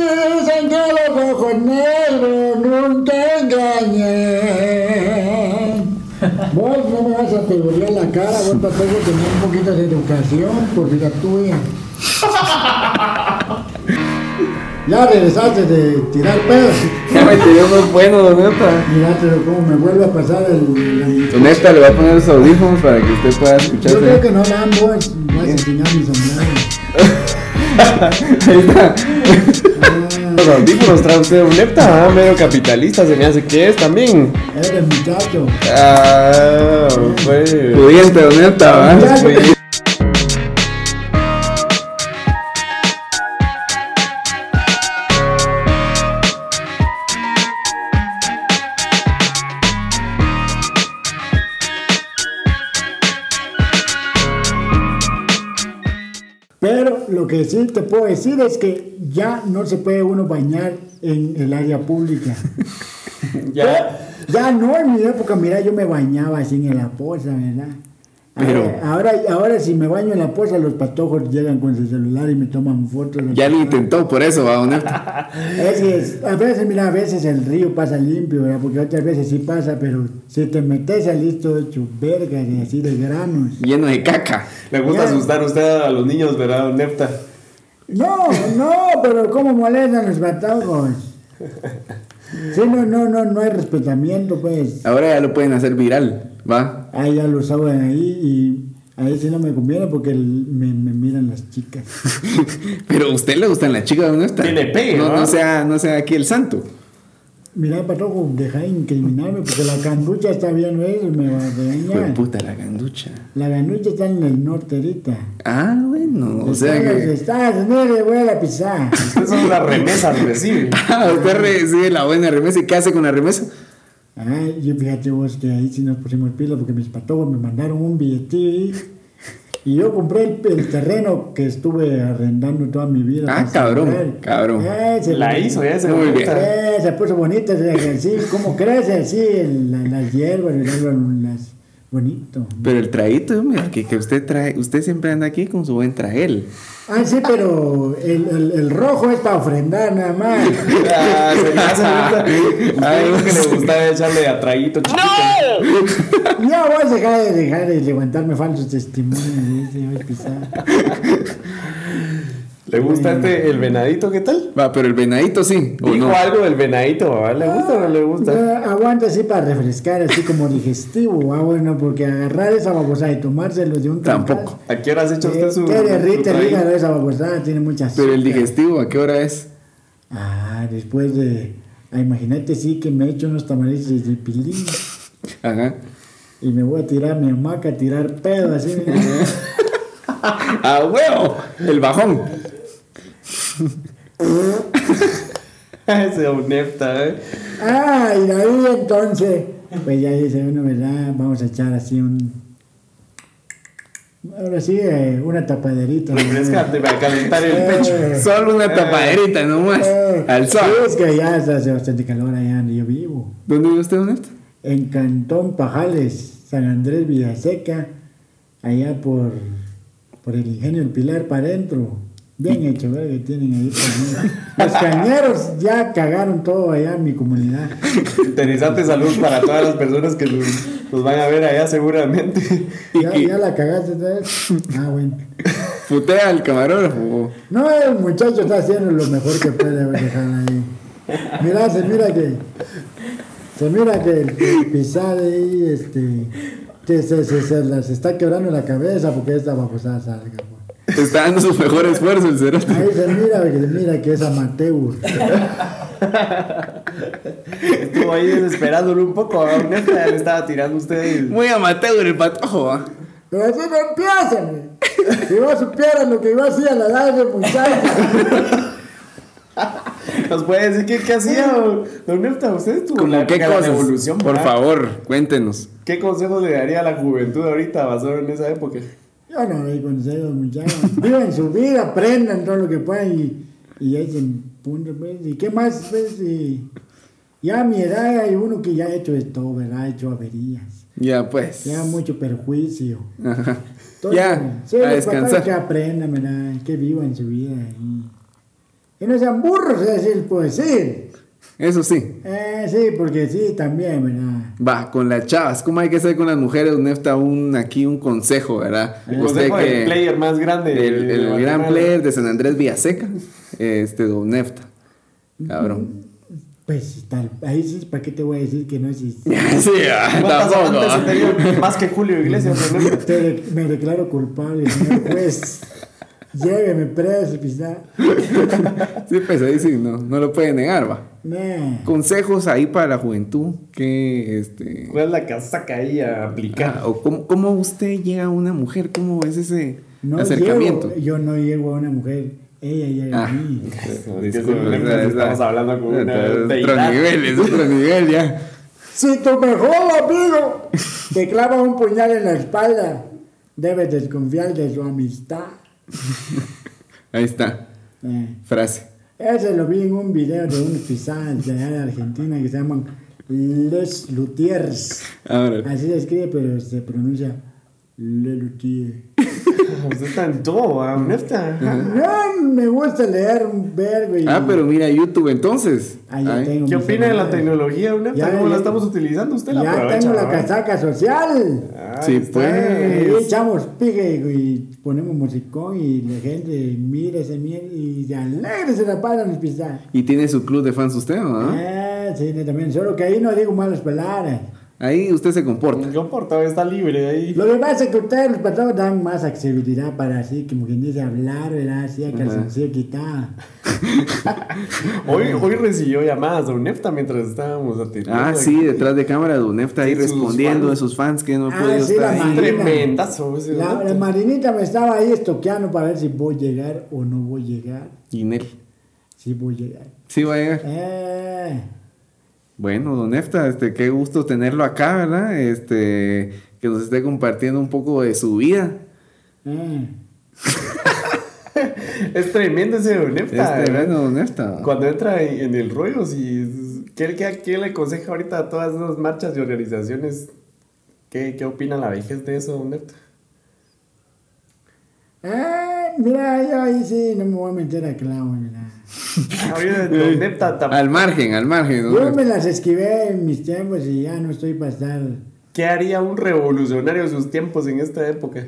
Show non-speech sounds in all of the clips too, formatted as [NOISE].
Dicen que los ojos negros nunca engañan. Vos no me vas a pegorear la cara, vos tratas de tener un poquito de educación por vida tuya. Ya regresaste de tirar pedos. Ya me tiré unos buenos, neta. Mirá, pero cómo me vuelve a pasar el... el- Neta, le voy a poner los audífonos para que usted pueda Yo creo escucharse. que no le dan voz. Vas a enseñar mis hombres. [LAUGHS] Ahí está. Los audífonos trae usted un nepta, ah, medio capitalista, se me hace que es también. Eres muchacho. Ah, fue. pues. Pudiente, don nepta, ¿va? Muchacho. Pero lo que sí te puedo decir es que ya no se puede uno bañar en el área pública. Ya. Ya no, en mi época, mira, yo me bañaba así en la poza, ¿verdad? Ahora, ahora, ahora si me baño en la poza, los patojos llegan con su celular y me toman fotos. Ya lo intentó por eso, va, don nepta. Es que es- a veces, mira, a veces el río pasa limpio, ¿verdad? Porque otras veces sí pasa, pero si te metes salís todo hecho vergas y así de granos. Lleno de caca. Le gusta Ya. asustar usted a los niños, ¿verdad, don Nefta? No, no, pero ¿cómo molestan los patojos? Sí, no, no, no, no hay respetamiento, pues. Ahora ya lo pueden hacer viral, ¿va? [LAUGHS] Ahí ya los ahogan ahí y ahí sí no me conviene porque el- me, me miran las chicas. Pero a usted le gustan las chicas, don nepta. Que le pegue, no, ¿va? no, sea, no sea aquí el santo. Mira, patojo, deja de incriminarme porque la canducha está viendo eso y me va a Fue regañar. puta la ganducha. La canducha está en el norte ahorita. Ah, bueno, o sea Está en los que. Estados Unidos le voy a la pisar. Usted es una remesa, recibe. Ah, usted recibe la buena remesa. ¿Y qué hace con la remesa? Ay, yo fíjate vos que ahí sí nos pusimos pila porque mis patojos me mandaron un billetillo ahí. Y yo compré el, el terreno que estuve arrendando toda mi vida. Ah, para cabrón, sembrar. cabrón. Ay, Eh, se- La hizo, ya se Muy me bien. gusta. Eh, se puso bonita, se- así, como crece así el- la- las hierbas, ¿verdad? las, bonito. Pero el traguito, mira, que, que usted trae, usted siempre anda aquí con su buen trael. Ah, sí, pero el, el- el rojo es para ofrendar nada más. Ah, se me hace gusta. [LAUGHS] Usted dijo que le gustaba echarle a traguito chiquito. Ya voy a dejar de, dejar de levantarme falsos testimonios. dice, ay, pisada. ¿Le gusta este, el venadito? ¿Qué tal? Va, pero el venadito sí, ¿o Dijo no? algo del venadito, ¿verdad? ¿le gusta o no le gusta? Ah, aguanta así para refrescar, así como digestivo. Ah, bueno, porque agarrar esa babosada y tomárselo de un Tampoco. trancazo, ¿A qué hora has hecho eh, usted su.? Te su derrite el [LAUGHS] traguito? hígado esa babosada, tiene muchas. Pero el digestivo, ¿a qué hora es? Ah, después de. ah, imagínate, sí, que me he hecho unos tamalices de pilín. Ajá. Y me voy a tirar mi hamaca, a tirar pedo, así. mira. [LAUGHS] ¡A huevo! El bajón. Ese don Nefta, ¿eh? Ah, y de ahí entonces, pues ya dice uno, ¿verdad? Vamos a echar así un. Ahora sí, eh, una tapaderita. ¿verdad? Refrescate para calentar el pecho. Eh, Solo una tapaderita nomás. eh, pues, Al sol. sí, es que ya está hace bastante calor allá donde yo vivo. ¿Dónde vive usted, honesto? En Cantón Pajales, San Andrés, Villaseca, allá por, por el ingenio El Pilar para adentro. Bien hecho, ¿verdad? Que tienen ahí también. Los cañeros ya cagaron todo allá en mi [LAUGHS] comunidad. Interesante salud para todas las personas que nos, nos van a ver allá seguramente. Ya, ya la cagaste otra vez. Ah, bueno. ¿Futea al camarógrafo? No, el muchacho está haciendo lo mejor que puede voy a dejar ahí. Mira, se mira que. Se mira que el, el pisado ahí, este. que se, se, se la- se está quebrando la cabeza porque esta babosada salga. pues. Está dando su mejor esfuerzo el cerote. Ahí se mira que, mira que es amateur. Estuvo ahí desesperándolo un poco, ¿verdad? Don Nefta le estaba tirando usted. Muy amateur el patojo, ¿va? Pero así no empiezan. Si vos supieras lo que yo hacía a la edad de muchacho. ¿Nos puede decir qué, qué hacía don- don Nefta? Usted estuvo en ¿Cómo la qué época de la cosas? revolución, Por ¿verdad? favor, cuéntenos. ¿Qué consejos le daría a la juventud ahorita basado en [LAUGHS] esa época? Yo no doy consejos, muchachos. [LAUGHS] Vivan su vida, aprendan todo lo que puedan y, y echen punto, pues. ¿Y qué más, pues? Y ya a mi edad hay uno que ya ha hecho de todo, ¿verdad? Ha hecho averías, Ya pues. ya mucho perjuicio. Ajá. Entonces, Ya, sí, a los papás que descansar. aprendan, ¿verdad? Que vivan su vida. y Y no sean burros, es decir, pues sí. Eso sí. Eh, sí, porque sí, también, ¿verdad? Va, con las chavas. ¿Cómo hay que ser con las mujeres, Nefta? Un, aquí un consejo, ¿verdad? El consejo del player más grande. de- el, de el Guatemala. gran player de San Andrés Villaseca, este, don Nefta. Cabrón. [LAUGHS] Pues tal, ahí sí, ¿para qué te voy a decir que no existe? sí, ah, ¿Cuántas tampoco. amantes he tenido? más que [LAUGHS] Julio Iglesias. ¿no? Te de- me declaro culpable, señor [LAUGHS] juez. Lléveme preso, pues, pisar. ah. [LAUGHS] Sí, pues ahí sí, no, no lo puede negar, va. Nah. Consejos ahí para la juventud que, este... ¿Cuál es la casaca ahí a aplicar? ah, o cómo, cómo usted llega a una mujer? ¿Cómo es ese No acercamiento? llego- yo no llego a una mujer, ella llega a Ah. mí. Disculpe, Disculpe, o sea, estamos esa- hablando con una es deidad. otro nivel, es otro nivel ya. Si tu mejor amigo te clava un puñal en la espalda, debes desconfiar de su amistad. Ahí está, Eh, frase. ese lo vi en un video de unos pisadas de allá de Argentina que se llaman Les Lutiers. Ahora, Así se escribe, pero se pronuncia Le Luthier. [LAUGHS] Usted está en todo, ah, neta. No, me gusta leer un verbo y... ah, pero mira YouTube entonces. Ah, yo Ay. tengo ¿Qué mis opina de la amigos. tecnología, neta? Ya, ¿Cómo ya. la estamos utilizando? Usted la Ya aprovecha. tengo la ¿no? casaca social. Ahí Sí, está. Ahí pues. echamos pique y ponemos musicón y la gente mira ese miel y de alegre se la paran los pisadas. ¿Y tiene su club de fans usted, no? Ah, sí, no, también, solo que ahí no digo malas palabras. Ahí usted se comporta. Yo por todo está libre ahí. Lo que pasa es que ustedes, los patrones, dan más accesibilidad para así, como quien dice, hablar, ¿verdad? Así, a calzoncillo quitado. Hoy, hoy recibió llamadas de UNEFTA mientras estábamos atendiendo. Ah, aquí. sí, detrás de cámara, Don Nefta ahí Sí, sus respondiendo fans. de sus fans que no ha Ah, podido sí, estar la ahí. madre. Tremendazo. ese La, la dato. marinita me estaba ahí estoqueando para ver si voy a llegar o no voy a llegar. Y Nel. Si voy a llegar. Sí, va a llegar. Eh, Bueno, don Efta, este, qué gusto tenerlo acá, ¿verdad? Este, que nos esté compartiendo un poco de su vida. eh. Es tremendo ese de UNEFTA. Este, ¿verdad? bueno, don Efta. Cuando entra en en el rollo, si, ¿qué, qué, qué le aconseja ahorita a todas esas marchas y organizaciones? ¿Qué, qué opina la vejez de eso, don Nefta? Ah, mira, yo ahí sí no me voy a meter a clavo, mira. [LAUGHS] Ahorita don Nefta tam- Al margen, al margen, don Yo Efta. me las esquivé en mis tiempos y ya no estoy para estar. ¿Qué haría un revolucionario de sus tiempos en esta época?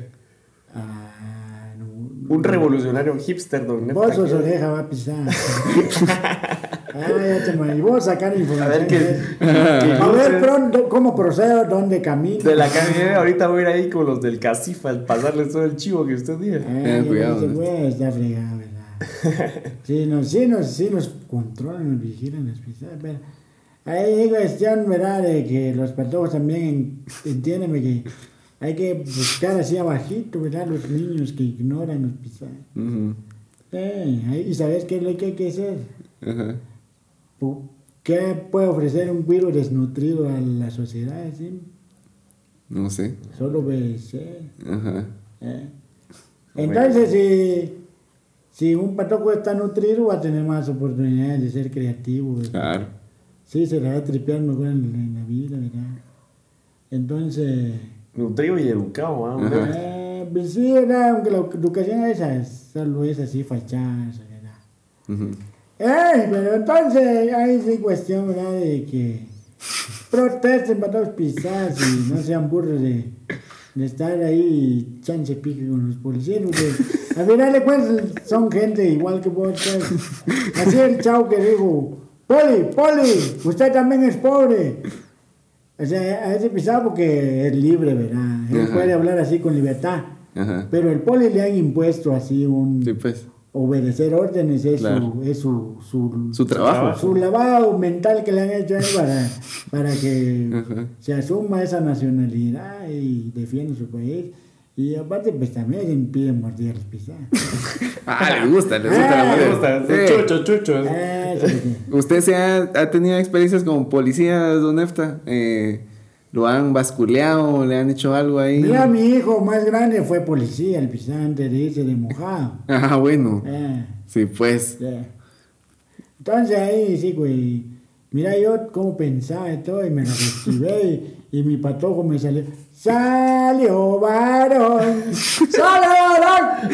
ah, no. Mm. Un revolucionario hipster, don Nefta. Vos sos oreja, va a [LAUGHS] pisar. ah, ya te me- y Vos sacar A información. ver qué. ¿ves? [LAUGHS] qué- A ver pronto cómo procedo, dónde camino. De la calle, ahorita voy a ir ahí con los del Cacifa, al pasarles todo el chivo que usted diga. Ah, Ten ya cuidado, dice, ¿no? "Güey, está fregado, ¿verdad? sí, nos, sí, nos, sí nos controlan, nos vigilan, nos pisan, pero ahí hay cuestión, ¿verdad? De que los patojos también, en- entiéndeme que hay que buscar así abajito, ¿verdad? Los niños que ignoran los pisados. Ujú, Sí, ahí- y sabes qué es lo que hay que hacer. ajá. Pu- ¿Qué puede ofrecer un virus desnutrido a la sociedad? sí? No sé. Solo obedecer. Ajá. ¿Eh? Entonces, si, si un patojo está nutrido, va a tener más oportunidades de ser creativo. ¿verdad? Claro. Sí, se la va a tripear mejor en, en la vida, ¿verdad? Entonces, Nutrido y educado, ah, hombre. eh, pues sí, ¿verdad? aunque la educación esa, solo es así fachada, ¿verdad? Ujú. Eh, pero entonces ahí sí cuestión, ¿verdad? De que protesten para todos pisados y no sean burros de, de estar ahí chance pique con los policías, porque al final de cuentas son gente igual que vos. pues. Así el chavo que dijo, Poli, Poli, usted también es pobre. O sea, a ese pisado porque es libre, ¿verdad? Él Ajá. puede hablar así con libertad. Ajá. Pero el poli le han impuesto así un Sí, pues. [LAUGHS] obedecer órdenes es, Claro. su, es su, su, Su trabajo. su lavado mental que le han hecho a él [LAUGHS] para, para que Ajá. se asuma esa nacionalidad y defienda su país. Y aparte, pues también le impiden morder los pisados. [LAUGHS] Ah, le gusta, le gusta la Ah, Me madre. gusta, Eh, Chucho, chucho. Ah, sí, [LAUGHS] sí. ¿Usted se ha, ha tenido experiencias como policía, don Efta? Eh, ¿Lo han basculeado? ¿Le han hecho algo ahí? Mira, mi hijo más grande fue policía, el pisado antes de irse de mojado. Ah, bueno. Ah. Sí, pues. Ya. Entonces ahí sí, güey. Mira yo cómo pensaba y todo, y me lo esquivé, y, y mi patojo me salió. ¡Salió [LAUGHS] varón! ¡Salió varón!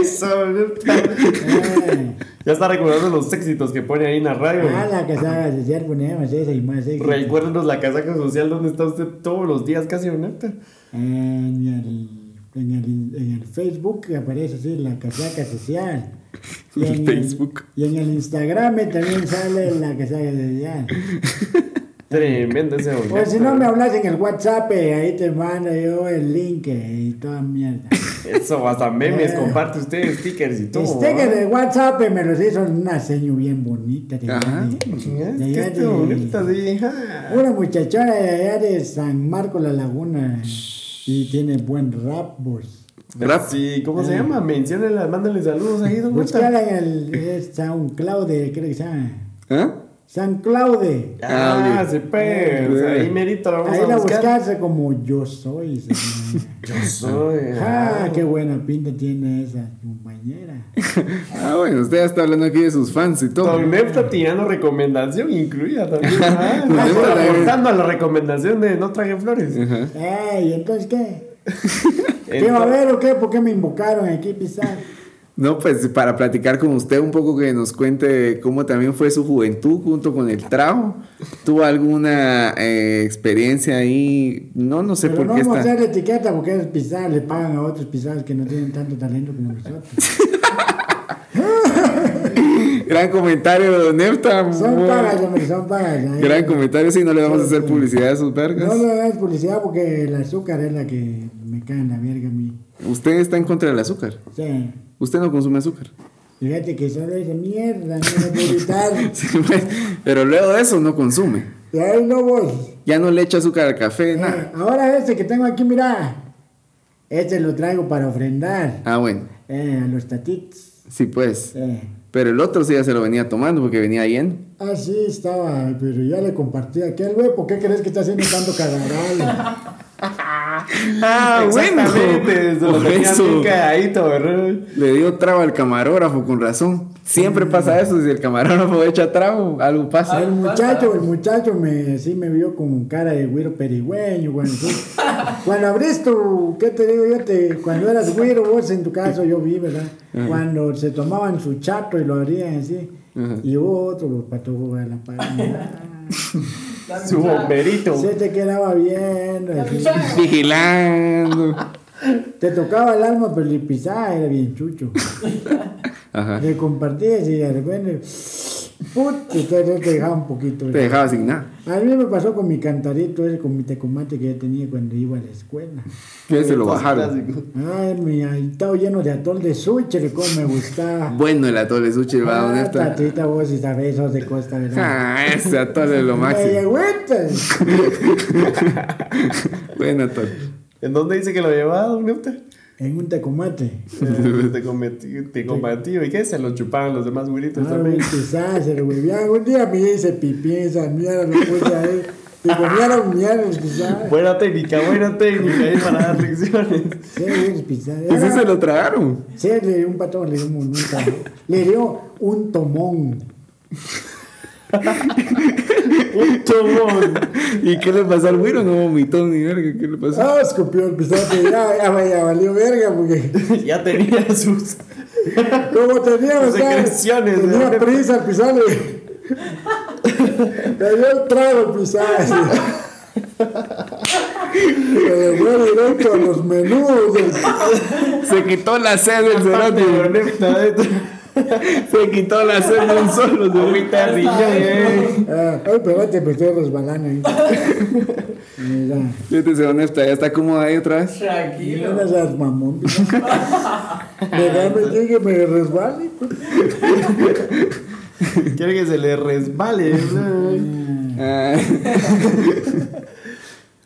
Eso, neta. Eh, Ya está recordando los éxitos que pone ahí en la radio. Ah, la casaca social poníamos esa y más éxito. Recuérdenos la casaca social donde está usted todos los días casi un acta. En el, en el, en el Facebook aparece así la casaca social. Y [LAUGHS] El en Facebook. y en el Instagram también sale la casaca social. Tremendo ese don O si Nefta. no me hablas en el WhatsApp, eh, ahí te mando yo el link eh, y toda mierda. [LAUGHS] Eso, hasta memes, Eh. comparte usted stickers y todo. ¿ah? Este que ¿va? de WhatsApp eh, me los hizo en una seño bien bonita. de Ajá. allá de- Es de que allá este de- don Nefta, sí, ja. Una muchachona de allá de San Marco La Laguna. Y tiene buen rap, pues. vos. Rap. Sí, ¿cómo Eh. se llama? Menciónenla, mándale saludos ahí, don Nefta. Búscala en el es San Claude, creo que se llama. ¿Ah? [LAUGHS] San Claude. Ah, Ah, ok. sí, pues. Ah. Ahí merito la vamos Eh. Ahí a la buscar. buscarse como yo soy. señora. [LAUGHS] Yo soy. ah, qué buena pinta tiene esa compañera. Ah, bueno, usted ya está hablando aquí de sus fans y todo. Don Nefta tirando recomendación incluida también. Ah, Don Nefta está también. aportando a la recomendación de No Traje Flores. Ajá. Ey, entonces qué? ¿Qué va a Entonces, ver o qué? ¿Por qué me invocaron aquí, [LAUGHS] Pizarro? No, pues para platicar con usted un poco que nos cuente cómo también fue su juventud junto con el trago. ¿Tuvo alguna eh, experiencia ahí? No, no sé Pero por no qué vamos a está. hacer etiqueta porque es Pizarro, le pagan a otros Pizarros que no tienen tanto talento como [LAUGHS] nosotros. Gran comentario, don Nefta. Son Muy- pagas, hombre, son pagas. ahí. Ah, Gran comentario, sí, no le vamos a hacer Sí. publicidad a sus vergas. No le hagas publicidad porque el azúcar es la que me cae en la verga a mí. Usted está en contra del azúcar. O sea, Usted no consume azúcar. [LAUGHS] fíjate que solo es de mierda, no lo puedo evitar. [LAUGHS] Sí, pues, Pero luego de eso no consume. Y ahí no voy. Ya no le echa azúcar al café, nada. Eh, ahora este que tengo aquí, mira. Este lo traigo para ofrendar Ah, bueno. eh, a los tatitos. Sí, pues. Eh. Pero el otro sí ya se lo venía tomando porque venía lleno. Así Ah, estaba, pero ya le compartí a aquel güey. ¿Por qué crees que está haciendo tanto cagadal? Ah, exactamente, se lo Por tenía bien eso. cagadito, ¿verdad? Le dio traba al camarógrafo, con razón. Siempre Mm. pasa eso, si el camarógrafo echa trago, algo pasa. El muchacho, el muchacho me, sí me vio con cara de güiro perigüeño. Cuando, cuando abrís tu, ¿qué te digo yo? Te, cuando eras güiro, vos en tu caso, yo vi, ¿verdad? Cuando se tomaban su chato y lo abrían así. Y hubo otro, los patojos de la palma. Su bomberito. Se te quedaba viendo. así. Vigilando. Te tocaba el alma, pero le pisaba, era bien chucho. Ajá. Le compartías y de repente. Puta, te, te dejaba un poquito. Te dejaba sin nada. A mí me pasó con mi cantarito ese, con mi tecomate que yo tenía cuando iba a la escuela. Que se lo Estos bajaron. clásicos. Ay, mi estaba lleno de atol de suche, cómo me gustaba. Bueno, el atole sushi va Ah, donde está. tatita, vos y sabés, sos de costa, ¿verdad? Ah, ese atole [LAUGHS] es lo máximo. ¡Gallegüetas! Buen atole. ¿En dónde dice que lo llevaba, don Nefta? En un tecomate. Eh, te cometí, te combatí. ¿Y qué? Se lo chupaban los demás güiritos Ah, güey, también. quizás se lo hueveaba. Un día me hice pipí, esa mierda lo puse ahí. Y comieron mierda, quizás. Buena técnica, buena técnica ahí para dar lecciones. Sí, es pizarra. Pues sí se lo tragaron. Sí, le dio un patón, le dio un, un cabrón. Le dio un tomón. Un tomón. ¿Y qué le pasó al güiro? No vomitó ni verga. ¿Qué le pasó? Ah, escupió el pisote. Ya, ya, ya valió verga porque. Ya tenía sus. Como tenía, o sea, secreciones, tenía ¿no? prisa el pisado. Le le dio el trago al pisado. así. Le fue directo a los menudos. del- Se quitó la sed del [LAUGHS] Parte de don cerote. Nefta, eh. Se quitó la sed de un solo. cerote. Agüita de riñón, eh. Ah, ay, pero te me estoy resbalando ahí. Mira, Fíjate, se honesta, ya está cómoda ahí otra vez. mira Tranquilo. no seas mamón. Déjame llegue y me resbale. pues. Quiere que se le resbale. ¿no? Ah. [LAUGHS]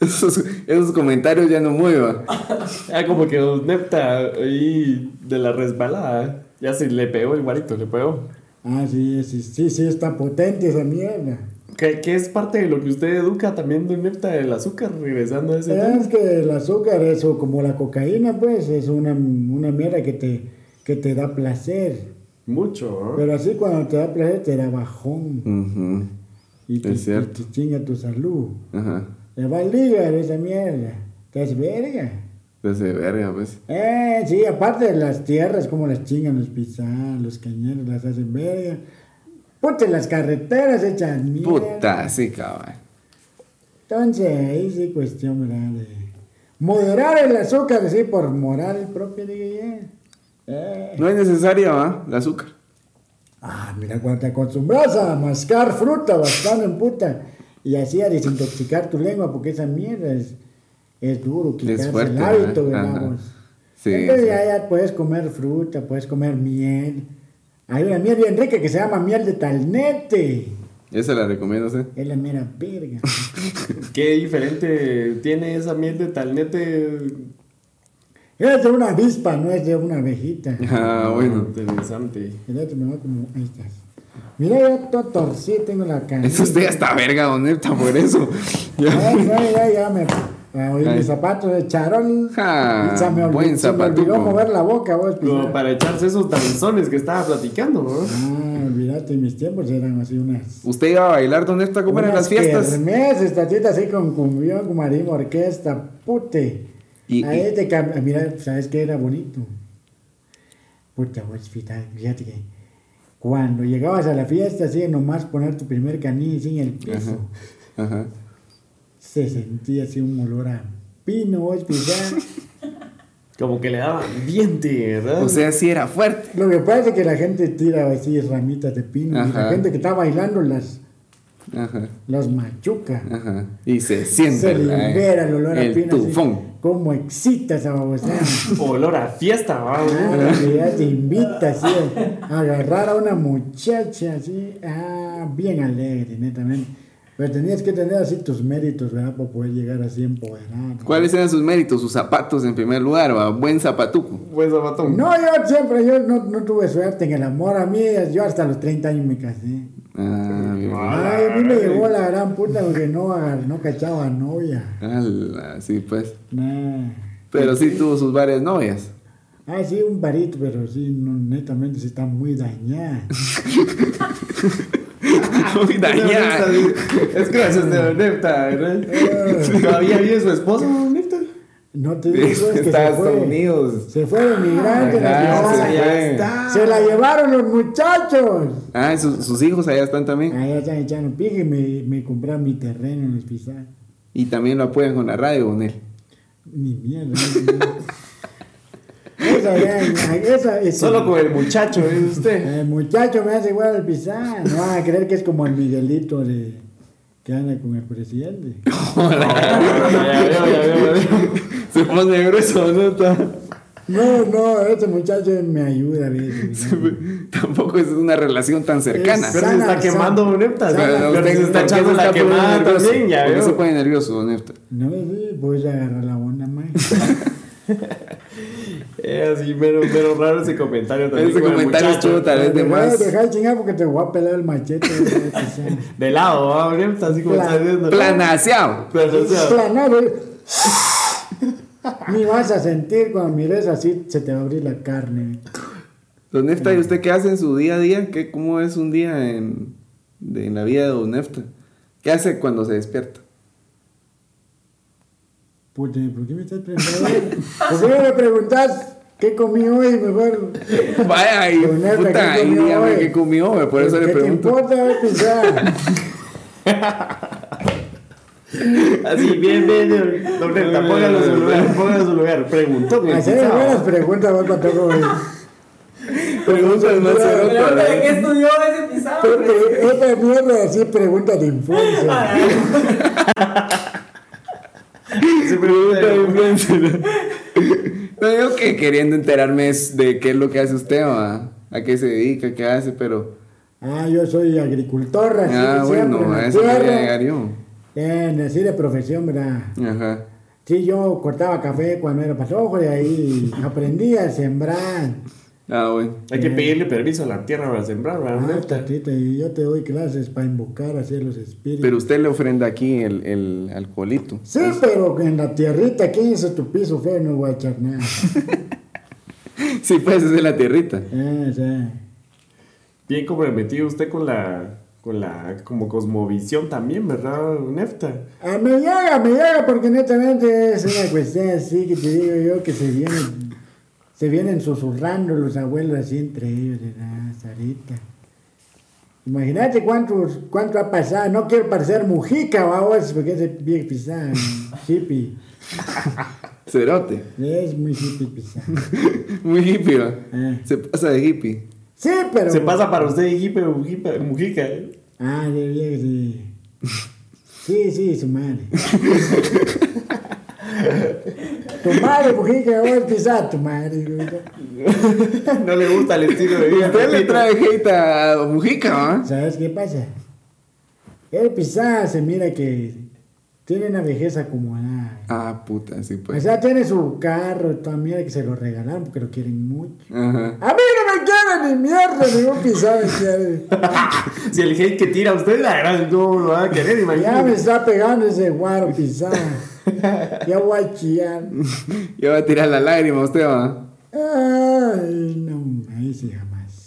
esos, esos comentarios ya no muevan. Ah, como que Don Nepta ahí de la resbalada. Ya se le pegó el guarito, le pegó. Ah, sí, sí, sí, sí, está potente esa mierda. Que, que es parte de lo que usted educa también, Don Nepta, el azúcar, regresando a ese tema. Ah, Es que el azúcar, eso como la cocaína, pues, es una, una mierda que te, que te da placer. Mucho, ¿eh? Pero así cuando te da placer te da bajón Ujú, y te, Es cierto. y te chinga tu salud. Ajá. Te va al hígado esa mierda. Te es verga. Pues de verga, pues. Eh, sí, aparte de las tierras, como las chingan los pisados, los cañeros, las hacen verga. Puta, las carreteras echan mierda. Puta, sí, cabrón. Entonces, ahí sí cuestión, ¿verdad? De moderar el azúcar, sí, por moral propia, digo yo. Eh. No es necesario, ¿ah? El azúcar. Ah, mira, cuando te acostumbras a mascar fruta bastante en puta y así a desintoxicar tu lengua, porque esa mierda es, es duro, quitarse fuerte, el hábito, ¿verdad? ¿verdad? Ajá. vos? Sí, Entonces sí. ya, ya puedes comer fruta, puedes comer miel. Hay una miel bien rica que se llama miel de talnete. Esa la recomiendo, ¿sí? Es la mera verga. ¿Qué diferente tiene esa miel de talnete? Es de una avispa, no es de una abejita. Ah, bueno. Interesante. El otro me va como ahí estás. Mira, ya todo torcí, tengo la cara. Eso usted hasta verga, don Nepta, por eso. Ya, Ya. ya, ya, ya me. ah, oí Ay. mis zapatos de charol. Ja, Y se me olvidó, buen se me olvidó zapatuco. mover la boca, vos. pues, Como para echarse esos danzones que estaba platicando, ¿no? Ah, olvídate, mis tiempos eran así unas. ¿Usted iba a bailar, don Nepta? ¿Cómo eran unas las fiestas? kermés, estatuitas así con cumbión, con marimba, orquesta, pute. Y- Ahí y- te cam- ah, Mira, ¿sabes qué era bonito? Puta, vos, fíjate fíjate que cuando llegabas a la fiesta, así nomás poner tu primer canilla así en el piso. Ajá. Se sentía así un olor a pino, vos, fíjate. Como que le daba ambiente, ¿verdad? O sea, sí era fuerte. Lo que pasa es que la gente tira así ramitas de pino y la Ajá. gente que está bailando las, Ajá, las machuca. ajá. Y se siente Se la- libera el olor a eh. el pino. así, tufón. Cómo excita esa babosada. olor a fiesta, ¿va? Ah, que ya te invita así a agarrar a una muchacha así, ah, bien alegre, netamente. Pero tenías que tener así tus méritos, ¿verdad? Para poder llegar así empoderado. ¿Cuáles eran sus méritos? Sus zapatos en primer lugar, ¿va? buen zapatuco. Pues zabatón. No, yo siempre, yo no, no tuve suerte en el amor. A mí, yo hasta los 30 años me casé. Ah, mi mamá. Ay, a mí me llegó la gran puta porque no, agar- no cachaba novia. Ala, sí, pues. Nah. Pero sí tuvo sus varias [LAUGHS] novias. Ah, sí, un barito, pero sí, no, netamente sí está muy dañada. Ah, Uy, [LAUGHS] dañada. Es gracias de Don Nepta, ¿verdad? Todavía vive su esposo, Don Nepta. No te digo, es que se Estados fue. Unidos. Se fue de migrante, la Ah, "Oh, señora. se fue. Se la llevaron los muchachos. Ah, ¿y sus, sus hijos allá están también. Allá están echando pija y me, me compraron mi terreno en los pisados. Y también lo apoyan con la radio, con él. Ni mierda. ni mierda. esa, ya, esa, esa. Solo con el muchacho, [LAUGHS] ¿es usted? El muchacho me hace igual al pisar. [LAUGHS] No van a creer que es como el Miguelito de, que anda con el presidente. Ya veo, ya veo, [LAUGHS] ya veo. Se pone grueso, ¿no? Está- No, no, ese muchacho me ayuda a [LAUGHS] veces. ¿no? Tampoco es una relación tan cercana. Es- Pero se está Sana, quemando sana. Don Nepta. Sana, Pero Pero usted- se está ¿por qué echando se la está poniendo quemada nervioso? también, ya ¿Por qué se [LAUGHS] veo. pone nervioso, don Néstor? No, sí, pues agarrar la onda más. [LAUGHS] Es Eh, así, mero, mero raro ese comentario también. Ese con el comentario muchacho. estuvo tal vez de más. Deja de chingar porque te voy a pelar el [LAUGHS] machete. ¿no? Pisar. De lado, ¿va, Don Nepta? Así como Plan- está viendo. Planaseado. Pero, o sea, Planado. Ni vas a sentir cuando mires así, se te va a abrir la carne. Don Nefta, ¿y usted qué hace en su día a día? ¿Qué, ¿Cómo es un día en, de- en la vida de Don Nefta? ¿Qué hace cuando se despierta? Puta, ¿por qué me estás [LAUGHS] preguntando? ¿Por qué no me preguntas qué comí hoy? Mejor. [LAUGHS] Vaya, y Don Nefta, puta, ¿qué ahí comió dígame hoy? qué comió, güey, por eso ¿Qué le te pregunto. importa, Pues güey, [LAUGHS] pisar? así, bien, bien, bien. Don Nepta, póngalo en su lugar, póngalo en su lugar. Preguntó, pues, güey, Hacer quizá. buenas preguntas, vos, Patojo. güey. [LAUGHS] Preguntas más Pero eróticas, ¿de qué ¿verdad? estudió ese pisado? Porque esta mierda así pregunta de infancia. Se pregunta, [LAUGHS] No digo que queriendo enterarme es de qué es lo que hace usted, ¿va? a qué se dedica, qué hace, pero... Ah, yo soy agricultor, así Ah, siempre bueno, en a la eso voy a tierra. llegar yo. Eh, así de profesión, ¿verdad? Ajá. Sí, yo cortaba café cuando era patojo y ahí aprendí a sembrar. Ah, bueno. Hay que pedirle permiso a la tierra para sembrar, ¿verdad, Don Ah, Nepta? tatita, y yo te doy clases para invocar hacia los espíritus. Pero usted le ofrenda aquí el, el alcoholito. [LAUGHS] Sí, pero en la tierrita, ¿quién hizo tu piso feo? No voy a echar nada. [LAUGHS] Sí, pues es de la tierrita. Eh, sí. Bien comprometido usted con la con la como cosmovisión también, ¿verdad, Nefta? Ah, me llega, me llega, porque netamente es una cuestión así que te digo yo que se vienen, se vienen susurrando los abuelos así entre ellos, ¿verdad, Sarita? Imagínate cuánto, cuánto ha pasado, no quiero parecer mujica, vamos, porque ese pie pisado, hippie, Cerote. es muy hippie pisado. Muy hippie, va. Eh. Ah. Se pasa de hippie. Sí, pero... Se pasa para usted, Jipe Mujica, Mujica, ¿eh? Ah, de viejo, sí. Sí, sí, su [LAUGHS] madre. tu madre, Mujica, voy a pisar tu madre. güey. [LAUGHS] No le gusta el estilo de vida. Usted le Pepito. trae hate a Mujica, ¿va? ¿Sabes qué pasa? El pisar se mira que tiene una vejez acumulada. Ah, puta, sí, O pues. sea, tiene su carro, toda mierda que se lo regalaron porque lo quieren mucho. Ajá. A mí no me quieren ni mierda, ningún pisado me [LAUGHS] quiere. [LAUGHS] Si el hate que tira a usted, la gran no lo va a querer, Ya me [LAUGHS] imagínate. está pegando ese guaro pisado. Ya voy a chillar. Ya va a tirar la lágrima usted, ¿va? Ay, no, ahí sí jamás.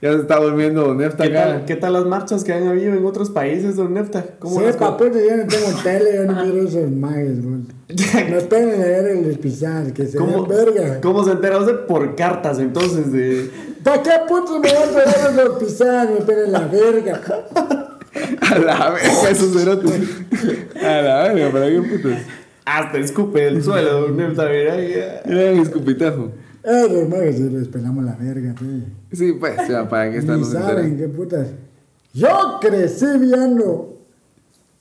Ya se está volviendo Nefta ¿Qué tal, acá. ¿Qué tal las marchas que han habido en otros países, don Nefta? ¿Cómo Sí, las- [LAUGHS] papucho, yo no tengo tele, yo no quiero esos magues, bol. No esperen a ver el despizar, que se ¿Cómo, den verga. ¿Cómo se entera usted? Por cartas, entonces, de... ¿De qué puto me van a ver el despizar? No esperen la verga. A la verga, esos cerotes. A la verga, para qué putas. Hasta escupe el suelo, don Nefta, mira, ya. Era mi escupitajo. Eh, los magues, sí, les pelamos la verga, sí. Sí, pues, ya, para que Ni estamos saben enteros. qué putas. Yo crecí viendo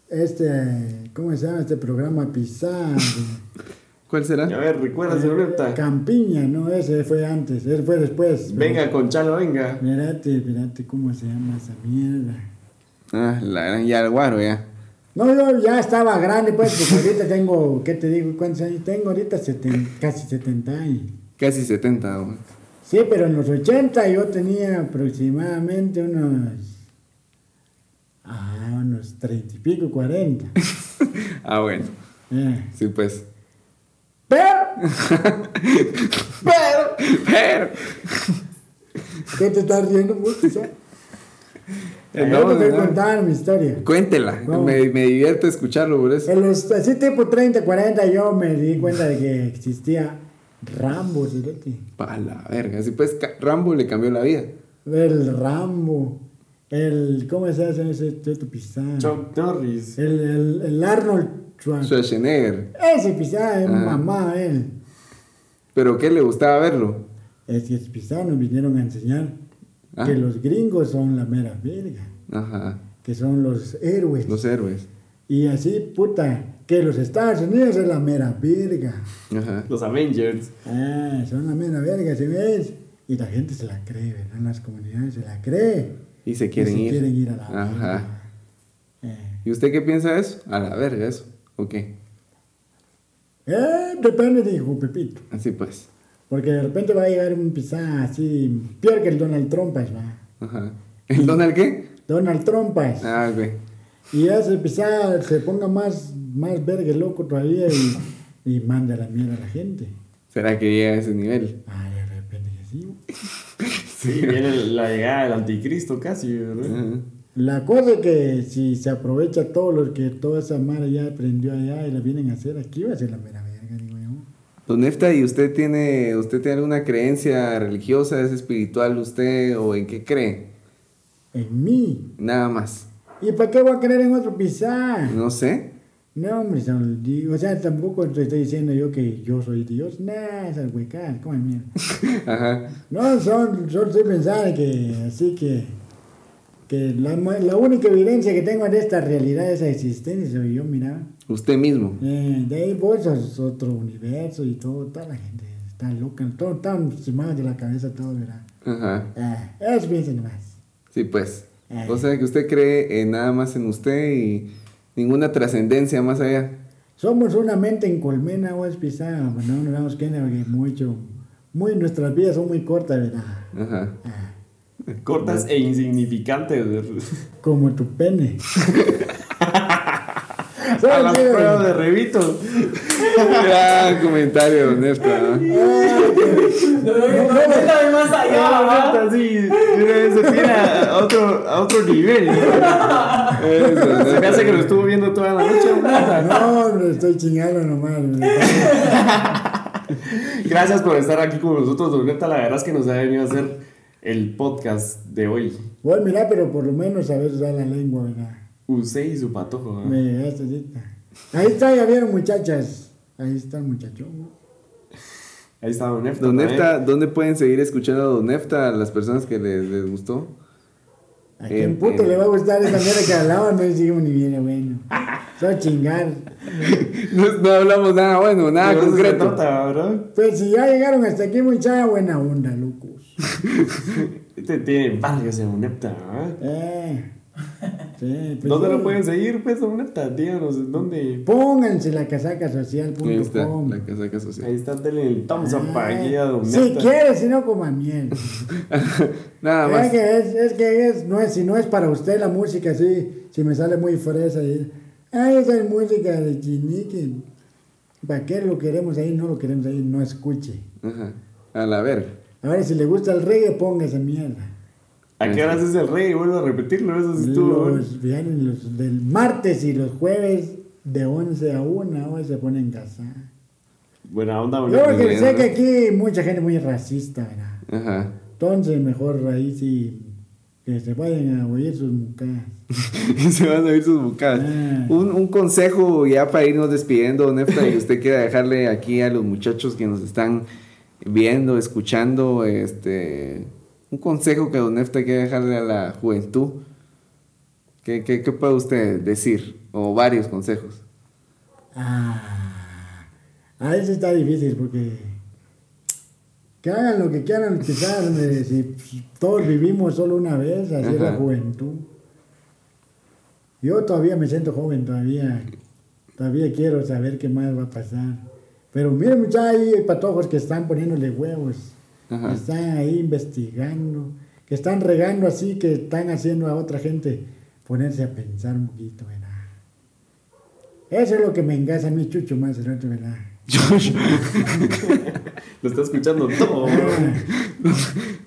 este, ¿cómo se llama este programa? Pizarro. ¿Cuál será? A ver, recuérdese, don Nefta. Campiña, no, ese fue antes, ese fue después. pero- Venga, Conchalo, venga. Espérate, espérate, ¿cómo se llama esa mierda? Ah, la gran, ya el guaro, ya. No, yo ya estaba grande, pues, porque ahorita tengo, ¿qué te digo? ¿Cuántos años tengo? Ahorita seten- casi 70 años. Casi 70, güey. Sí, pero en los 80 yo tenía aproximadamente unos. Ah, unos 30 y pico, 40. Ah, bueno. Eh, Sí, pues. [LAUGHS] Pero, Pero, pero. ¿qué te estás riendo, pues? puto? Ya? Eh, yo te voy a contar mi historia. Cuéntela. No. Me, me divierto escucharlo por eso. En los, así tipo 30, 40 yo me di cuenta de que existía Rambo, ¿sí? Pa' la verga. Así pues, ca- Rambo le cambió la vida. El Rambo. El. ¿Cómo se llama ese teto pisado? Chuck Norris. El, el, el Arnold Schwarzenegger. Schwarzenegger. Ese pisado es mamá, él. Pero que le gustaba verlo. Es que es pisado, nos vinieron a enseñar Ah. que los gringos son la mera verga. Ajá. Que son los héroes. Los héroes. Y así, puta, que los Estados Unidos es la mera verga. Ajá. Los Avengers. Ah, son la mera verga, ¿sí ves? Y la gente se la cree, ¿verdad? Las comunidades se la cree. Y se quieren Y se ir. quieren ir a la Ajá. verga. Eh, ¿Y usted qué piensa de eso? A la verga, eso. Ok. eh, depende de hijo Pepito. Así pues. Porque de repente va a llegar un pisá así, peor que el Donald Trumpas, va. Ajá. ¿El Donald qué? Donald Trumpas. Ah, güey. Y ese pisá se ponga más, más verga y loco todavía y, y manda la mierda a la gente. ¿Será que llega a ese nivel? Ah, de repente que sí. Sí, [LAUGHS] viene la llegada del anticristo casi, ¿verdad? Ajá. La cosa es que si se aprovecha todo lo que toda esa mara ya aprendió allá y la vienen a hacer aquí, va a ser la mera verga, digo yo. Don Nefta, ¿y usted tiene, usted tiene alguna creencia religiosa, es espiritual usted o en qué cree? En mí. Nada más. ¿Y para qué voy a creer en otro pisá? No sé. No, hombre, son- di- o sea, tampoco te estoy diciendo yo que yo soy Dios. Nah, esas huecas, como mierda. Ajá. No, son, yo estoy pensando que, así que, que la, mu- la única evidencia que tengo de esta realidad, de esa existencia, soy yo, mira. Usted mismo. Eh, de ahí vos sos otro universo y todo, toda la gente está loca, todo tan quemado de la cabeza, todo, mira. Ajá. Ah, es bien nomás. Sí, pues. Ajá. O sea que usted cree eh, nada más en usted y ninguna trascendencia más allá. Somos una mente en colmena o es pisada, pero no nos damos cuenta porque mucho, muy, nuestras vidas son muy cortas, ¿verdad? Ajá. [LAUGHS] Ah, Cortas e [LAUGHS] insignificantes, ¿verdad? como tu pene. a ¿Sabes las qué? pruebas de Revito. Gran comentario, Nefta. No, no, no, métame más allá, Ah, ¿va? neta, sí, se tira a otro, a otro nivel. Eso, Se me hace que lo Nefta. estuvo viendo toda [LAUGHS] la noche. No, hombre, estoy chingando nomás. hombre. Gracias por estar aquí con nosotros, don Neta. La verdad es que nos ha venido a hacer el podcast de hoy. Bueno, mira, pero por lo menos sabes usar la lengua, ¿verdad? Usé y su patojo. ¿eh? Me llegaste ahorita. Ahí está, ya vieron, muchachas. Ahí está el muchachón. Ahí está Don Nefta. Don también. Nefta, ¿dónde pueden seguir escuchando a Don Nefta a las personas que les, les [LAUGHS] gustó? ¿A Eh, quién puto eh. le va a gustar esa mierda que hablaban? No digo ni bien, bueno. Soy chingar. No, no hablamos nada bueno, nada Pero eso se concreto. nota, ¿verdad? Pues si ya llegaron hasta aquí, muchacha, buena onda, locos. Este tiene varios Don Nefta. ¿eh? Eh. Sí, pues ¿Dónde sí. lo pueden seguir, pues, Don Nefta? Díganos en dónde. Pónganse la casaca social. Ahí está, la casaca social. Ahí está, denle el thumbs up para aquí a Don Ah, si Nefta. quieres, si no coma mierda. [LAUGHS] Nada Es más. que, es, es que es, no es, si no es para usted la música, sí, si me sale muy fresa. Y, Ay, esa es música de chinique. ¿Para qué lo queremos ahí? No lo queremos ahí, no escuche. Ajá. A la ver. Ahora, si le gusta el reggae, ponga esa mierda. ¿A qué horas es el rey? Vuelvo a repetirlo, eso Pues sí estuvo. bueno. Los, viernes, los del martes y los jueves de 11 a 1 hoy se ponen casa. Buena onda, Don Yo Nefta. porque sé bueno. que aquí hay mucha gente muy racista, ¿verdad? Ajá. Entonces, mejor ahí sí que se vayan a oír sus mucas. [LAUGHS] Se van a oír sus bocadas. Ah. Un, un consejo ya para irnos despidiendo, Nefta, y usted quiera dejarle aquí a los muchachos que nos están viendo, escuchando, este, un consejo que Don Nefta quiere dejarle a la juventud. ¿Qué, qué, qué puede usted decir? O varios consejos. [LAUGHS] Ah, a veces está difícil porque que hagan lo que quieran, quizás eh, si pues, todos vivimos solo una vez, así es la Ajá. juventud. Yo todavía me siento joven, todavía, todavía quiero saber qué más va a pasar. Pero miren muchachos, hay patojos que están poniéndole huevos, Ajá. que están ahí investigando, que están regando así, que están haciendo a otra gente ponerse a pensar un poquito, ¿verdad? Eso es lo que me engasa a mí, Chucho Macerote, ¿verdad? Lo está escuchando todo. [LAUGHS]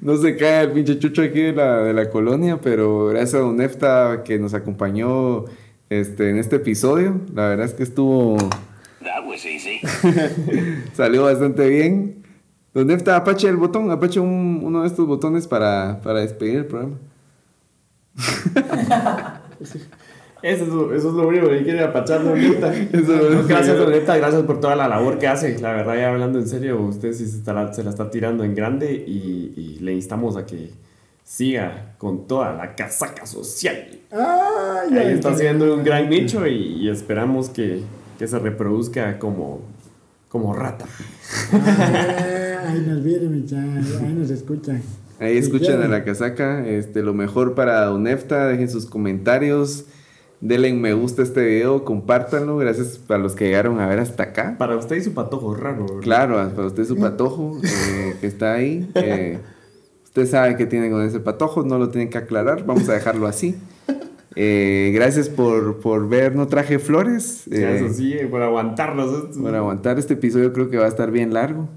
No se cae el pinche chucho aquí de la, de la colonia, pero gracias a Don Nefta que nos acompañó este, en este episodio. La verdad es que estuvo. [LAUGHS] Salió bastante bien. Don Nefta, apache el botón, apache un- uno de estos botones para, para despedir el programa. Eso es, lo- eso es lo único que quiere apachar Don Nefta. Eso es. gracias, Don Nefta, gracias por toda la labor que hace. La verdad, ya hablando en serio, usted sí se, estará- se la está tirando en grande y, y le instamos a que siga con toda la casaca social. Ay, Ahí ay, está ay. haciendo un gran nicho y, y esperamos que, que se reproduzca como, como rata. Ah, Ahí nos vienen, mi chavo, ahí nos escuchan. Ahí Si escuchan a quieren. la casaca. Este, lo mejor para Don Nefta, dejen sus comentarios. Denle un me gusta a este video, compártanlo. Gracias a los que llegaron a ver hasta acá. Para usted y su patojo raro. ¿verdad? Claro, para usted su patojo eh, que está ahí. eh, usted sabe qué tiene con ese patojo, no lo tiene que aclarar, vamos a dejarlo así. Eh, gracias por, por ver, no traje flores. eh, Ya, Eso sí, eh, por aguantarnos. Por aguantar este episodio creo que va a estar bien largo.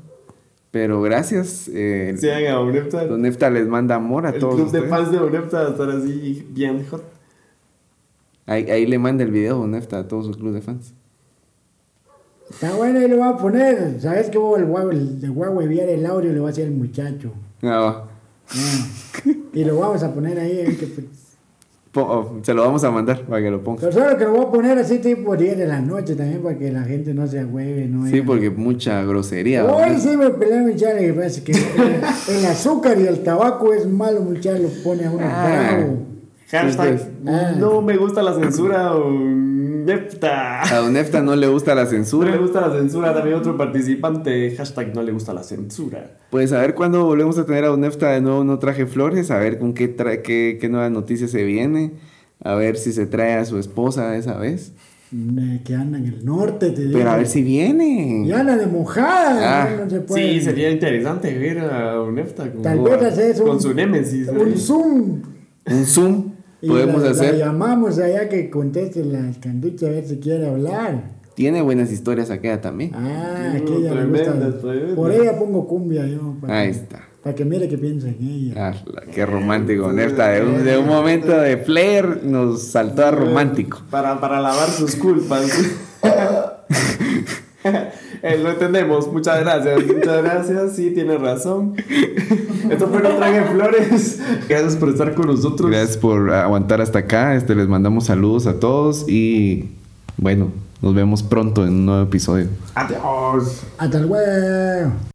Pero gracias. eh, Sí, haga, Don Nefta. Don Nefta les manda amor a El todos. club de ustedes. fans de Unepta va a estar así bien hot. Ahí, ahí le manda el video Don Nefta a todos sus club de fans. Está bueno, ahí lo voy a poner. ¿Sabes qué? Voy a huevear el audio, le voy a hacer el muchacho. Ah, va. Ah, Y lo vamos a poner ahí. eh, que pues- Po- oh, se lo vamos a mandar para que lo ponga. Pero solo que lo voy a poner así tipo 10 de la noche también para que la gente no se hueve, ¿no? Sí, Ya. pues, porque mucha grosería. Don Hoy Nefta. sí me peleé, muchacho, que parece "Pues, que el, el azúcar y el tabaco es malo, muchacho, lo pone a uno Ah. bravo. Hashtag Ah. no me gusta la censura Unepta. A Don Nefta no le gusta la No censura. le gusta la censura, también otro participante. Hashtag no le gusta la censura. Pues a ver cuándo volvemos a tener a Unefta de nuevo, no traje flores, a ver con qué, tra- qué, qué nuevas noticias se viene, a ver si se trae a su esposa esa vez, Eh, que anda en el norte, te digo. pero a ver si Y viene. anda de mojada, Ah. no, no se puede. Sí, sería interesante ver a Unepta con, Tal vez haces con un- su némesis. Un ¿eh? zoom. Un Zoom, Y Podemos la- la hacer- llamamos allá que conteste la alcanducha a ver si quiere hablar. Tiene buenas historias aquella también. Ah, Mm, aquella le gusta. tremendas, tremendas. Por ella pongo cumbia yo. Para Ahí que, está. Para que mire qué piensa en ella. Ah, la- qué romántico, Nefta. De un, de un momento de flair nos saltó a romántico. Para, para lavar sus culpas. Eh, lo entendemos, muchas gracias, muchas gracias, sí, tiene razón. Esto fue No Traje Flores. Gracias por estar con nosotros. Gracias por aguantar hasta acá. Este, les mandamos saludos a todos y bueno, nos vemos pronto en un nuevo episodio. Adiós. Hasta luego.